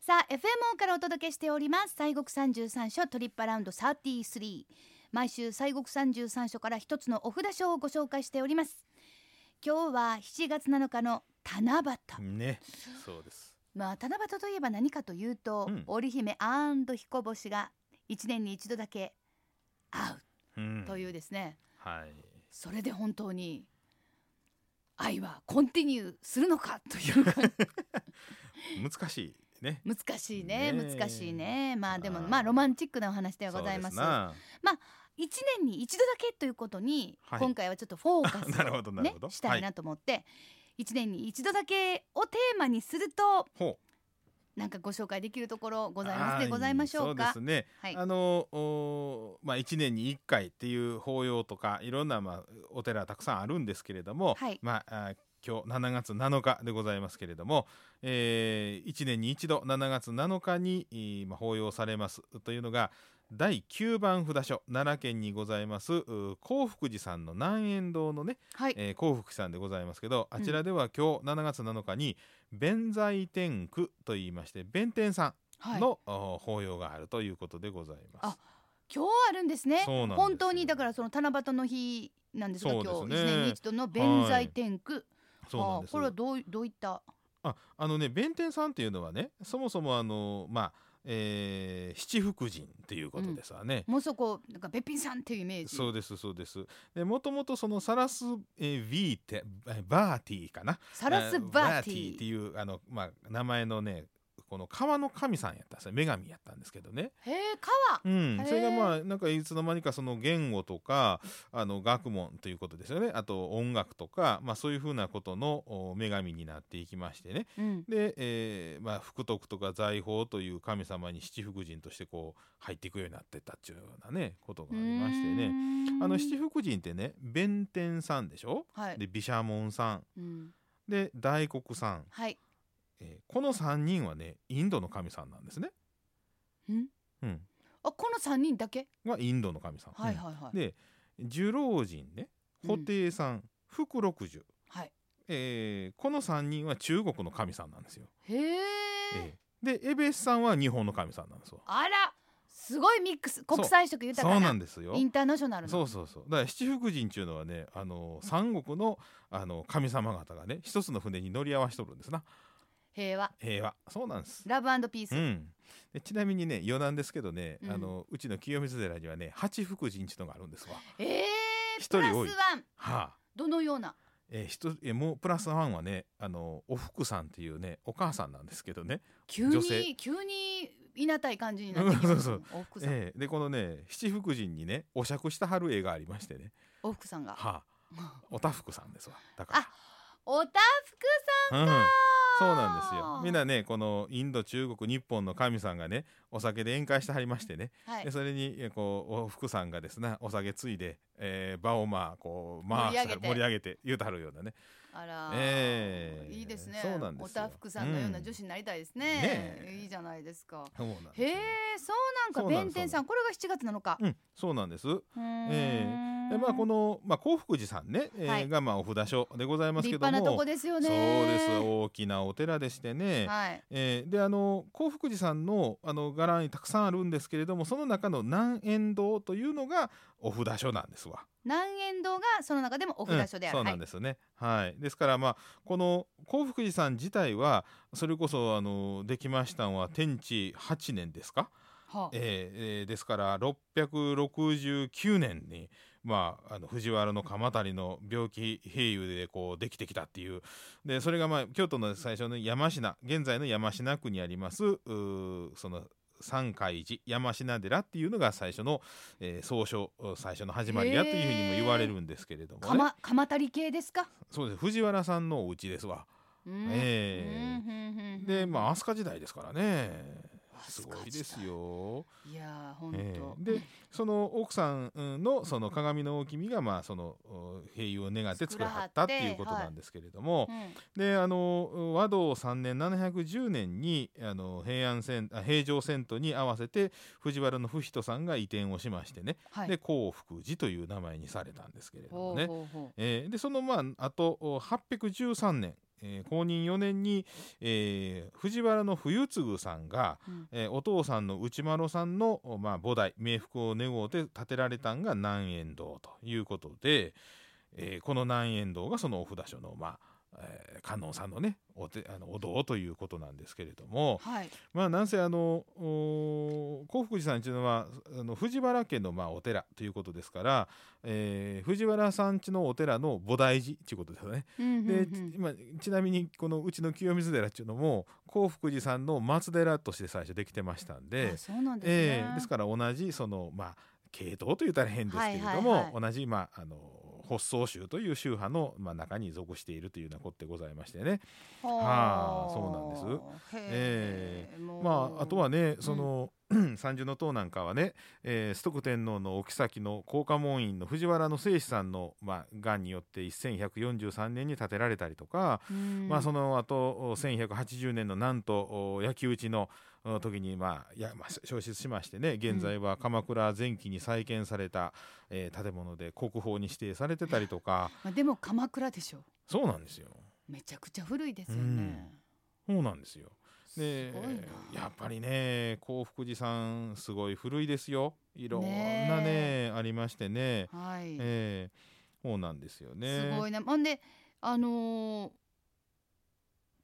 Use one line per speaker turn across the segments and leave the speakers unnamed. さあ FMO からお届けしております西国三十三所トリップアラウンド33毎週西国三十三所から一つのお札書をご紹介しております今日は7月7日の七夕、
ねそうです
まあ七夕といえば何かというと、
うん
織姫彦星が一年に一度だけ会
うん
うというですね、
はい
それで本当に愛はコンティニューするのかという 感じ
難しいね
難しいね
ねえ
難しいねまあでも
あー
まあロマンチックなお話ではございます
そ
1
うな
年に一度だけということに、
はい
今回はちょっとフォーカ
なるほ
ス
ど
を、
なる
ね
ほど、
したいなと思って、一年に一度だけをテーマにすると
ほう
なんかご紹介できるところございます
あ
で
ー
ございましょうか
そうですね、
はい
あのおーまあ一年に一回っていう法要とかいろんなまあお寺たくさんあるんですけれども、
はい
まああー今日7月7日でございますけれども、え1年に一度7月7日に、えーまあ、法要されますというのが第9番札所奈良県にございますう興福寺さんの南円堂のね
はい、
えー、幸福さんでございますけど
ん
あちらでは今日7月7日に弁財天区といいまして弁天さ
は
ん
い、
の、お法要があるということでございます。
今日あるんですね
そうなんですよ
本当にだからその七夕の日なんですが
そう
今日
ですね
一年に一度の弁財天区、
そうなんで
あー
す
これはどうどういった
ああのね弁天さんっていうのはねそもそもあのまあ、えー七福神っていうことですわね。
もうそこなんかべっぴんさんっていうイメージ
そうですそうですでもともとそのサラス、えー、ビーテえーバーティーかな
サラスバーテ
っ
ィ
て
ー
いうあの、まあ、名前のねこの川の神さんやったんですね女神やったんですけどね
へえ川
うん
へ、ー
それがまあなんかいつの間にかその言語とかあの学問ということですよねあと音楽とか、まあ、そういうふうなことのお女神になっていきましてね
うん
で、えーまあ、福徳とか財宝という神様に七福神としてこう入っていくようになってったっていうようなねことがありましてねあの七
福
福神ってね弁天さんでしょ
はい、
で毘沙門さん
うん、
で大黒さん、
はい
えーこの3人はねインドの神さんなんですね。
ん
うん、
あこの三人だけ
がインドの神さん。
はい
うん
はいはい、
で寿老人ね布袋さん、福六寿、
はい
えーこの3人は中国の神さんなんですよ。
へえ、
ええでエベスさんは日本の神さんなんですよ。
あらすごいミックス国際色豊
そ
か
う
な
なんですよ
イ。ンターナショナルの
そうそうそうだから七福神っていうのはねあの三国のあの神様方がね一つの船に乗り合わしとるんですな
平和
平和そうなんです。
ラブピース、
うん、でちなみにね余談ですけどね、
うん
あのうちの清水寺にはね八福神っていうのがあるんですわ。
ええ
一
プ
人
ラス
多
ワ
い
ン
はあ
どのような
えー、ひとえーもうプラスワンはねあのおふくさんっていうねお母さんなんですけどね、
急
女性
に急にいなたい感じになってきま
うん
す
そう
おふくさん、
えーでこのね七福神にねお酌したはる絵がありましてね
おふくさんが
は あ、おたふくさんですわだか
あおたふく
らうん、そうなんです
あ
よ
ー
みんなねこのインド中国日本の神さんがねお酒で宴会してはりましてね、
はい
でそれにえーこうおふくさんがですねお酒ついで、えー場をまあこう回したり盛
盛
り
り
上げて言うたはるようなね
あら、
ええ
いいですね。
そうなんですよ
おたふくさんのような女子になりたいですね。
うんねえ
いいじゃないですか。
そうなんですよ
へえ、そうなん
そ
か
うなん
弁天さん、これが7月7日。
うん、そうなんですえ
え
でまあこの、まあ、興福寺さんね、えー
はい
がまあお札所でございます
立
けども
派なとこですよね。
そうです大きなお寺でしてね、
はい。
えーであの興福寺さんのあの柄にたくさんあるんですけれどもその中の南円堂というのがお札所なんですわ。
南円堂がその中でもお札所である。
うんそうなんですね、はいですからまあこの興福寺さん自体はそれこそあのできましたのは天智8年ですか
はいはあ
えーえーですから669年に、まあ、あの藤原の鎌足の病気併誘でこうできてきたっていうでそれが、まあ、京都の最初の山科現在の山科区にありますうーその三海寺山科寺っていうのが最初の、えー、総称最初の始まりやというふうにも言われるんですけれども、
か
ね
ま、かまたり系ですか。
そうです藤原さんのお家ですわ。
うん
え
え
でまあ飛鳥時代ですからねす
飛
ご
鳥時代
いですよ。
いやー、本
え
当。
えでその奥さんうんのその鏡の大君がまあそのお平癒を願って作らはったっていうことなんですけれども、
うん
であの和道3年710年にあの平安遷あ平城遷都に合わせて藤原の不人さんが移転をしましてね、
はい。
で興福寺という名前にされたんですけれど
ほ
も
う
ね。
ほうほう。
えーでそのまああとお813年、えー公認4年に、えー藤原の冬次さんが、
うん
えーお父さんの内丸さんの、まあ、菩提冥福を願うて建てられたんが南円堂ということで、えーこの南円堂がそのお札所のまあ、えー観音さんのねお手あのお堂ということなんですけれども、
はい
まあなんせあのお興福寺さんというのはあの藤原家のまあお寺ということですから、えー藤原さんちのお寺の菩提寺ということですよね。
うんうん
で、
うん
ち今ちなみにこのうちの清水寺っていうのも興福寺さんの松寺として最初できてましたんで
あそうなんですね、
えーですから同じそのまあ系統と言ったら変ですけれども、
はいはいは
同じまああの発想宗という宗派のまあ中に属しているというようなことでございましてね。はあそうなん
です
え
え
まあ、あとはねその、 三重の塔なんかはね、えー、崇徳天皇のお妃の高家門院の藤原の正史さんの、まあ、がんによって1143年に建てられたりとか、まあ、そ
の
の後1180年のなんとお焼き討ちのお時に、まあやまあ、消失しましてね現在は鎌倉前期に再建された、えー建物で国宝に指定されてたりとか
まあ、でも鎌倉でしょ
そうなんですよ。
めちゃくちゃ古いですよね、
そうなんですよです
ごいな
やっぱりね興福寺さんすごい古いですよいろんなね
ね
ありましてね、
はい、
ええそうなんですよね
すごいなほんであのー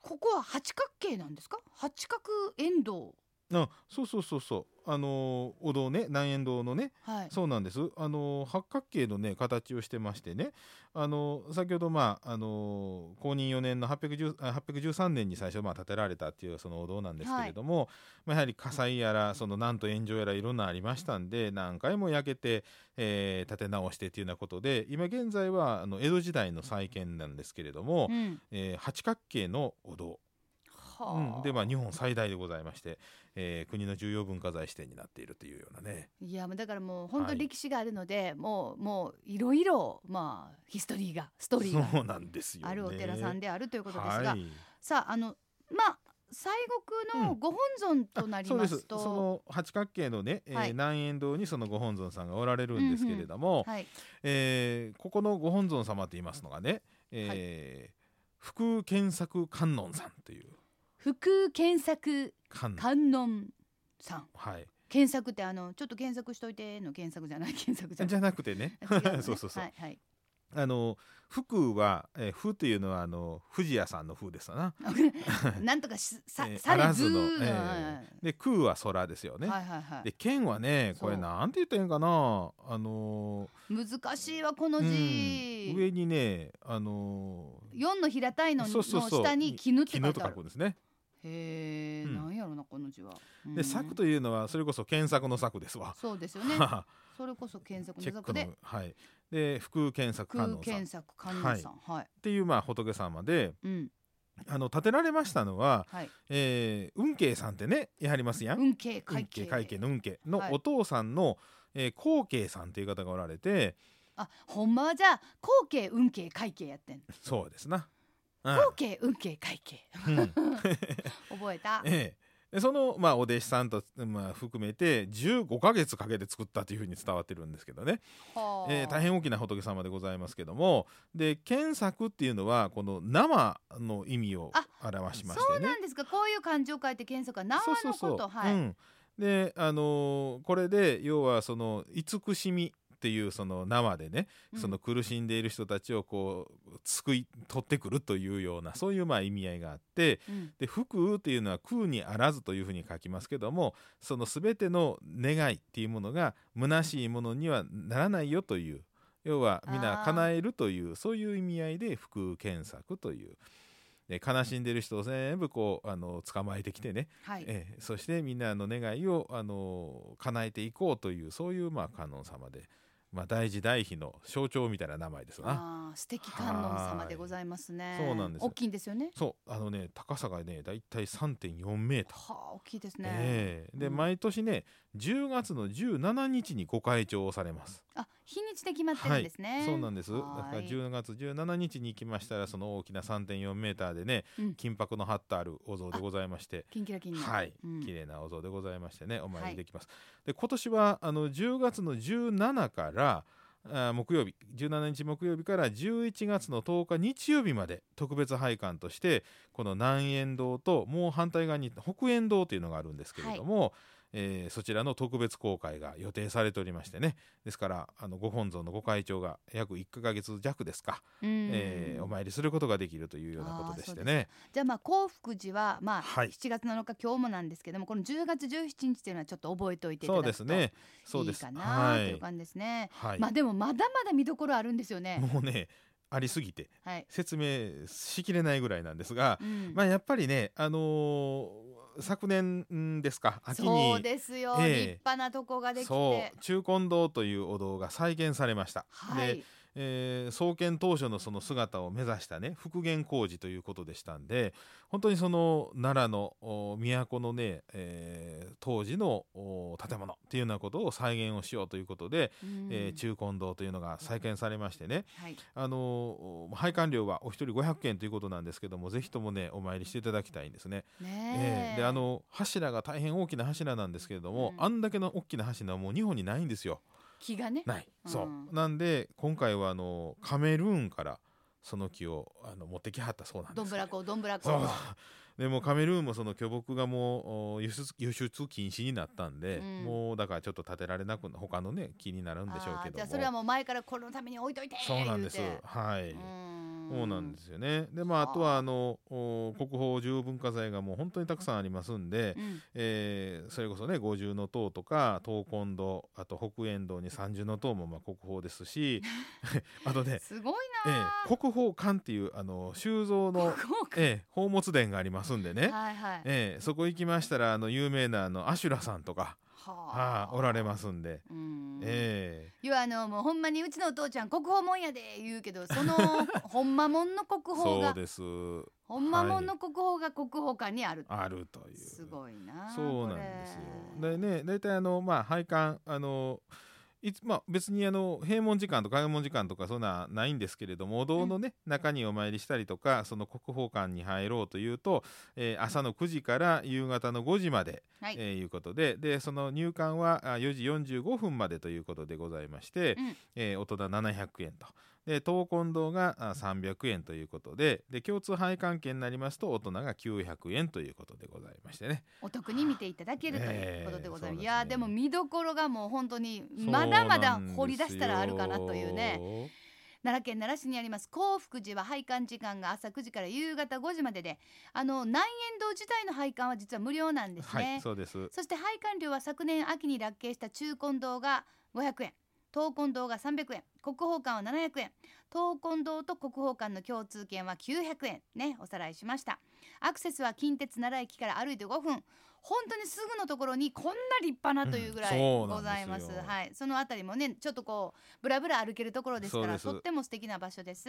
ここは八角形なんですか八角円堂
あそうそうそうそうあのお堂ね南円堂のね
はい
そうなんですあの八角形のね形をしてましてねあの先ほどまああの公認4年の810あ813年に最初まあ建てられたっていうそのお堂なんですけれども、まあ、やはり火災やらそのなんと炎上やらいろんなありましたんで何回も焼けて、えー建て直してっていうようなことで今現在はあの江戸時代の再建なんですけれども、
うん
えー八角形のお堂、
は
うんでまあ日本最大でございまして、えー国の重要文化財指定になっているというようなね。
いやもうだからもう本当
はい
に歴史があるので、もうもういろいろまあヒストリーがストーリー
そう
が
なんですよ、ね、
あるお寺さん
とい
であるということですが、
はい、
さああのまあ西国のご本尊となり
そう
ま
です
す
そ
と、
の八角形のね、えー
はい
南円堂にそのご本尊さんがおられるんですけれども、
はい
えーここのご本尊様と言いますのがね、えー福健作観音さんという
福検索
観音
観音さん
はい
検索ってあのちょっと検索しといての検索じゃない 検索じゃ
じ
ない
ゃなくてね
違のね
そうそうそう、
はいはい
あの福は、えー、福というのはあの富士屋さんの風ですわな
なんとかしさ、
えー
さ
あ
れ
ら
ず
ずの
うん
えで空は空ですよね、
はいはいは
で
い
剣はねこれ
そう
なんて言ったらいいんかなあのー
難しいわこの
うん
字、
上にね、あのー
四の平たいの
そうそうそう
の下に絹って書
絹
い
と
てあ
書
る
くんですね。
へえ、
うん
なんやろなこの字は、う
で、
ん
作というのはそれこそ検索の作ですわ。
そうですよねそれこそ検索
チェ
の
ック
作で
のはい。で、副検索
空
観音さんっ
検索観音さんはい、
ていうまあ仏様で、
うん
あの建てられましたのは、
はい
えー、運慶さんってねやはりますやん。
運慶会
慶
計
会計の運慶の
はい
お父さんの、えー、後慶さんという方がおられて、
あほんまはじゃあ後継運慶会計やってん
そうですな。うん
後継運慶会計
うん
覚えた
ええ、でその、まあ、お弟子さんと、まあ、含めて15ヶ月かけて作ったというふうに伝わってるんですけどね、
はあ
ええ大変大きな仏様でございますけどもで検索っていうのはこの生の意味を表しまし
そう
てね
なんですかこういう漢字を書いて検索は縄のことはい、
うん、であのーこれで要はその慈しみっていうその生でね、
うん
その苦しんでいる人たちをこう救い取ってくるというようなそういうまあ意味合いがあって、
うん
で福っていうのは空にあらずというふうに書きますけどもその全ての願いっていうものが虚しいものにはならないよという要は皆
あー
叶えるというそういう意味合いで福検索という。で悲しんでる人を全部こうあの捕まえてきてね、
はい、
ええそしてみんなの願いをあの叶えていこうというそういうまあ観音様で、まあ、大事大悲の象徴みたいな名前ですな。
ああ素敵観音様でございますね
はいそうなんです
大きいんですよね
そうあのね高さがねだいたい3.4メーター
はあ大きいですね、
ええで、
うん
毎年ね10月の17日にご開帳をされます、
あ日にちで決まってるんですね、
そうなんですだ
は
から
ーい
10月17日に行きましたらその大きな3.4メーターでね、
うん
金箔の貼ったあるお像でございまして
キンキラキンの
はい、
うん
綺麗なお像でございましてねお参
は
り
い
できます、で今年はあの10月の17からあー木曜日17日木曜日から11月の10日日曜日まで特別拝観としてこの南円堂ともう反対側に北円堂というのがあるんですけれども、えーそちらの特別公開が予定されておりましてねですからあのご本尊のご会長が約1か月弱ですか、
うん
えーお参りすることができるというようなことでしてね。
じゃあまあ幸福寺はまあ
はい
7月7日今日もなんですけどもこの10月17日というのはちょっと覚えておいていた
そ
だ
うで
く
す
と
ね。そう
い
で
い
す。
かなという
は
感じですね。
い。はい。
まあでもまだまだ見どころあるんですよね。
もうねありすぎて
はい。
説明しきれないぐらいなんですが、
うん
まあやっぱりねあのー昨年んですか秋
そう
に
ですよ、
ええ
立派なとこができて
そう中金堂というお堂が再建されました。
は
で
い、
えー創建当初のその姿を目指したね復元工事ということでしたんで本当にその奈良のお都のね、えー当時のお建物っていうようなことを再現をしようということで、
うん
えー中金堂というのが再建されましてね
はい、
あのー拝観料はお一人500円ということなんですけどもぜひともねお参りしていただきたいんですね。
ねえ
ええであの柱が大変大きな柱なんですけれども、
うん
あんだけの大きな柱はもう日本にないんですよ。
木がね
ない、そう
うん
なんで今回はあのカメルーンからその木をあの持ってきはったそうなんです
どんぶらこどんぶらこ
そうでもうカメルーンもその巨木がもうお輸出輸出禁止になったんで、
うん
もうだからちょっと建てられなくな他のね木になるんでしょう
あー
けども
じゃあそれはもう前からこのために置いといて
そうなんです
言うて
はい、
うん
そうなんですよねでまああとはあのお国宝重要文化財がもう本当にたくさんありますんで、
うん
えーそれこそね五重の塔とか東根堂あと北円堂に三重の塔もまあ国宝で すしあとね、
すごい
え
な
ー国宝館っていうあの修造の、
豪華
えー宝物殿がありますんでね、
はいはい、
えーそこ行きましたらあの有名なあのアシュラさんとか、は
は
あ、おられますんで。
うん
え
いやあのもうほんまにうちのお父ちゃん国宝もんやで言うけど そのほんまもんの国宝
ーそう
が
です
ほんまもんの国宝が国宝館にある、
あるという
すごいな
そうなん
これ
ですよ。でね大体あのまあ配管あのいつまあ、別にあの閉門時間と開門時間とかそんなないんですけれどもお堂の、ね中にお参りしたりとかその国宝館に入ろうというと、えー朝の9時から夕方の5時まで、
はい
えーいうことででその入館はあ4時45分までということでございまして、
うん
えー大人700円とで東金堂があ300円ということでで共通配管券になりますと大人が900円ということでございましてね。
お得に見ていただけるということでございます、
ねえ
いや
そうで
で
すね
も見どころがもう本当にまだまだ
そうなんですよ
掘り出したらあるかなというね。奈良県奈良市にあります興福寺は拝観時間が朝9時から夕方5時までであの南円堂自体の拝観は実は無料なんですね、
はい、そうです。
そして配管料は昨年秋に落慶した中金堂が500円東金堂が300円国宝館は700円東金堂と国宝館の共通券は900円ねおさらいしましたアクセスは近鉄奈良駅から歩いて5分本当にすぐのところにこんな立派なというぐらい
うんそうなんですよ
ございます,、はいそのあたりもねちょっとこうブラブラ歩けるところですか
そう
ら
です
とっても素敵な場所です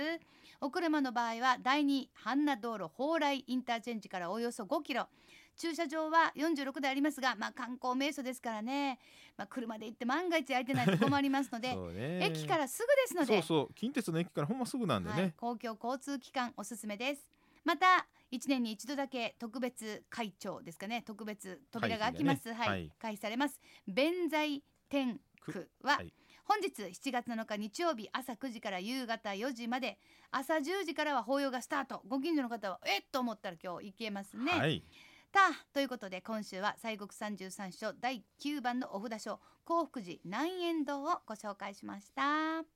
お車の場合は第二阪奈道路蓬莱インターチェンジからおよそ5キロ駐車場は46台ありますが、まあ、観光名所ですからね、まあ、車で行って万が一空いてないと困りますので、
そうね
駅からすぐですので
そうそう、近鉄の駅からほんますぐなんで
はい
ね。
公共交通機関おすすめですまた1年に一度だけ特別会長ですかね特別扉が開きます、
会費
は
がね
い
はい
開催されます弁財天区は、
はい
本日7月7日日曜日朝9時から夕方4時まで朝10時からは法要がスタートご近所の方はえっと思ったら今日行けますね、
はい、
たということで今週は西国三十三所第9番のお札書幸福寺南円堂をご紹介しました。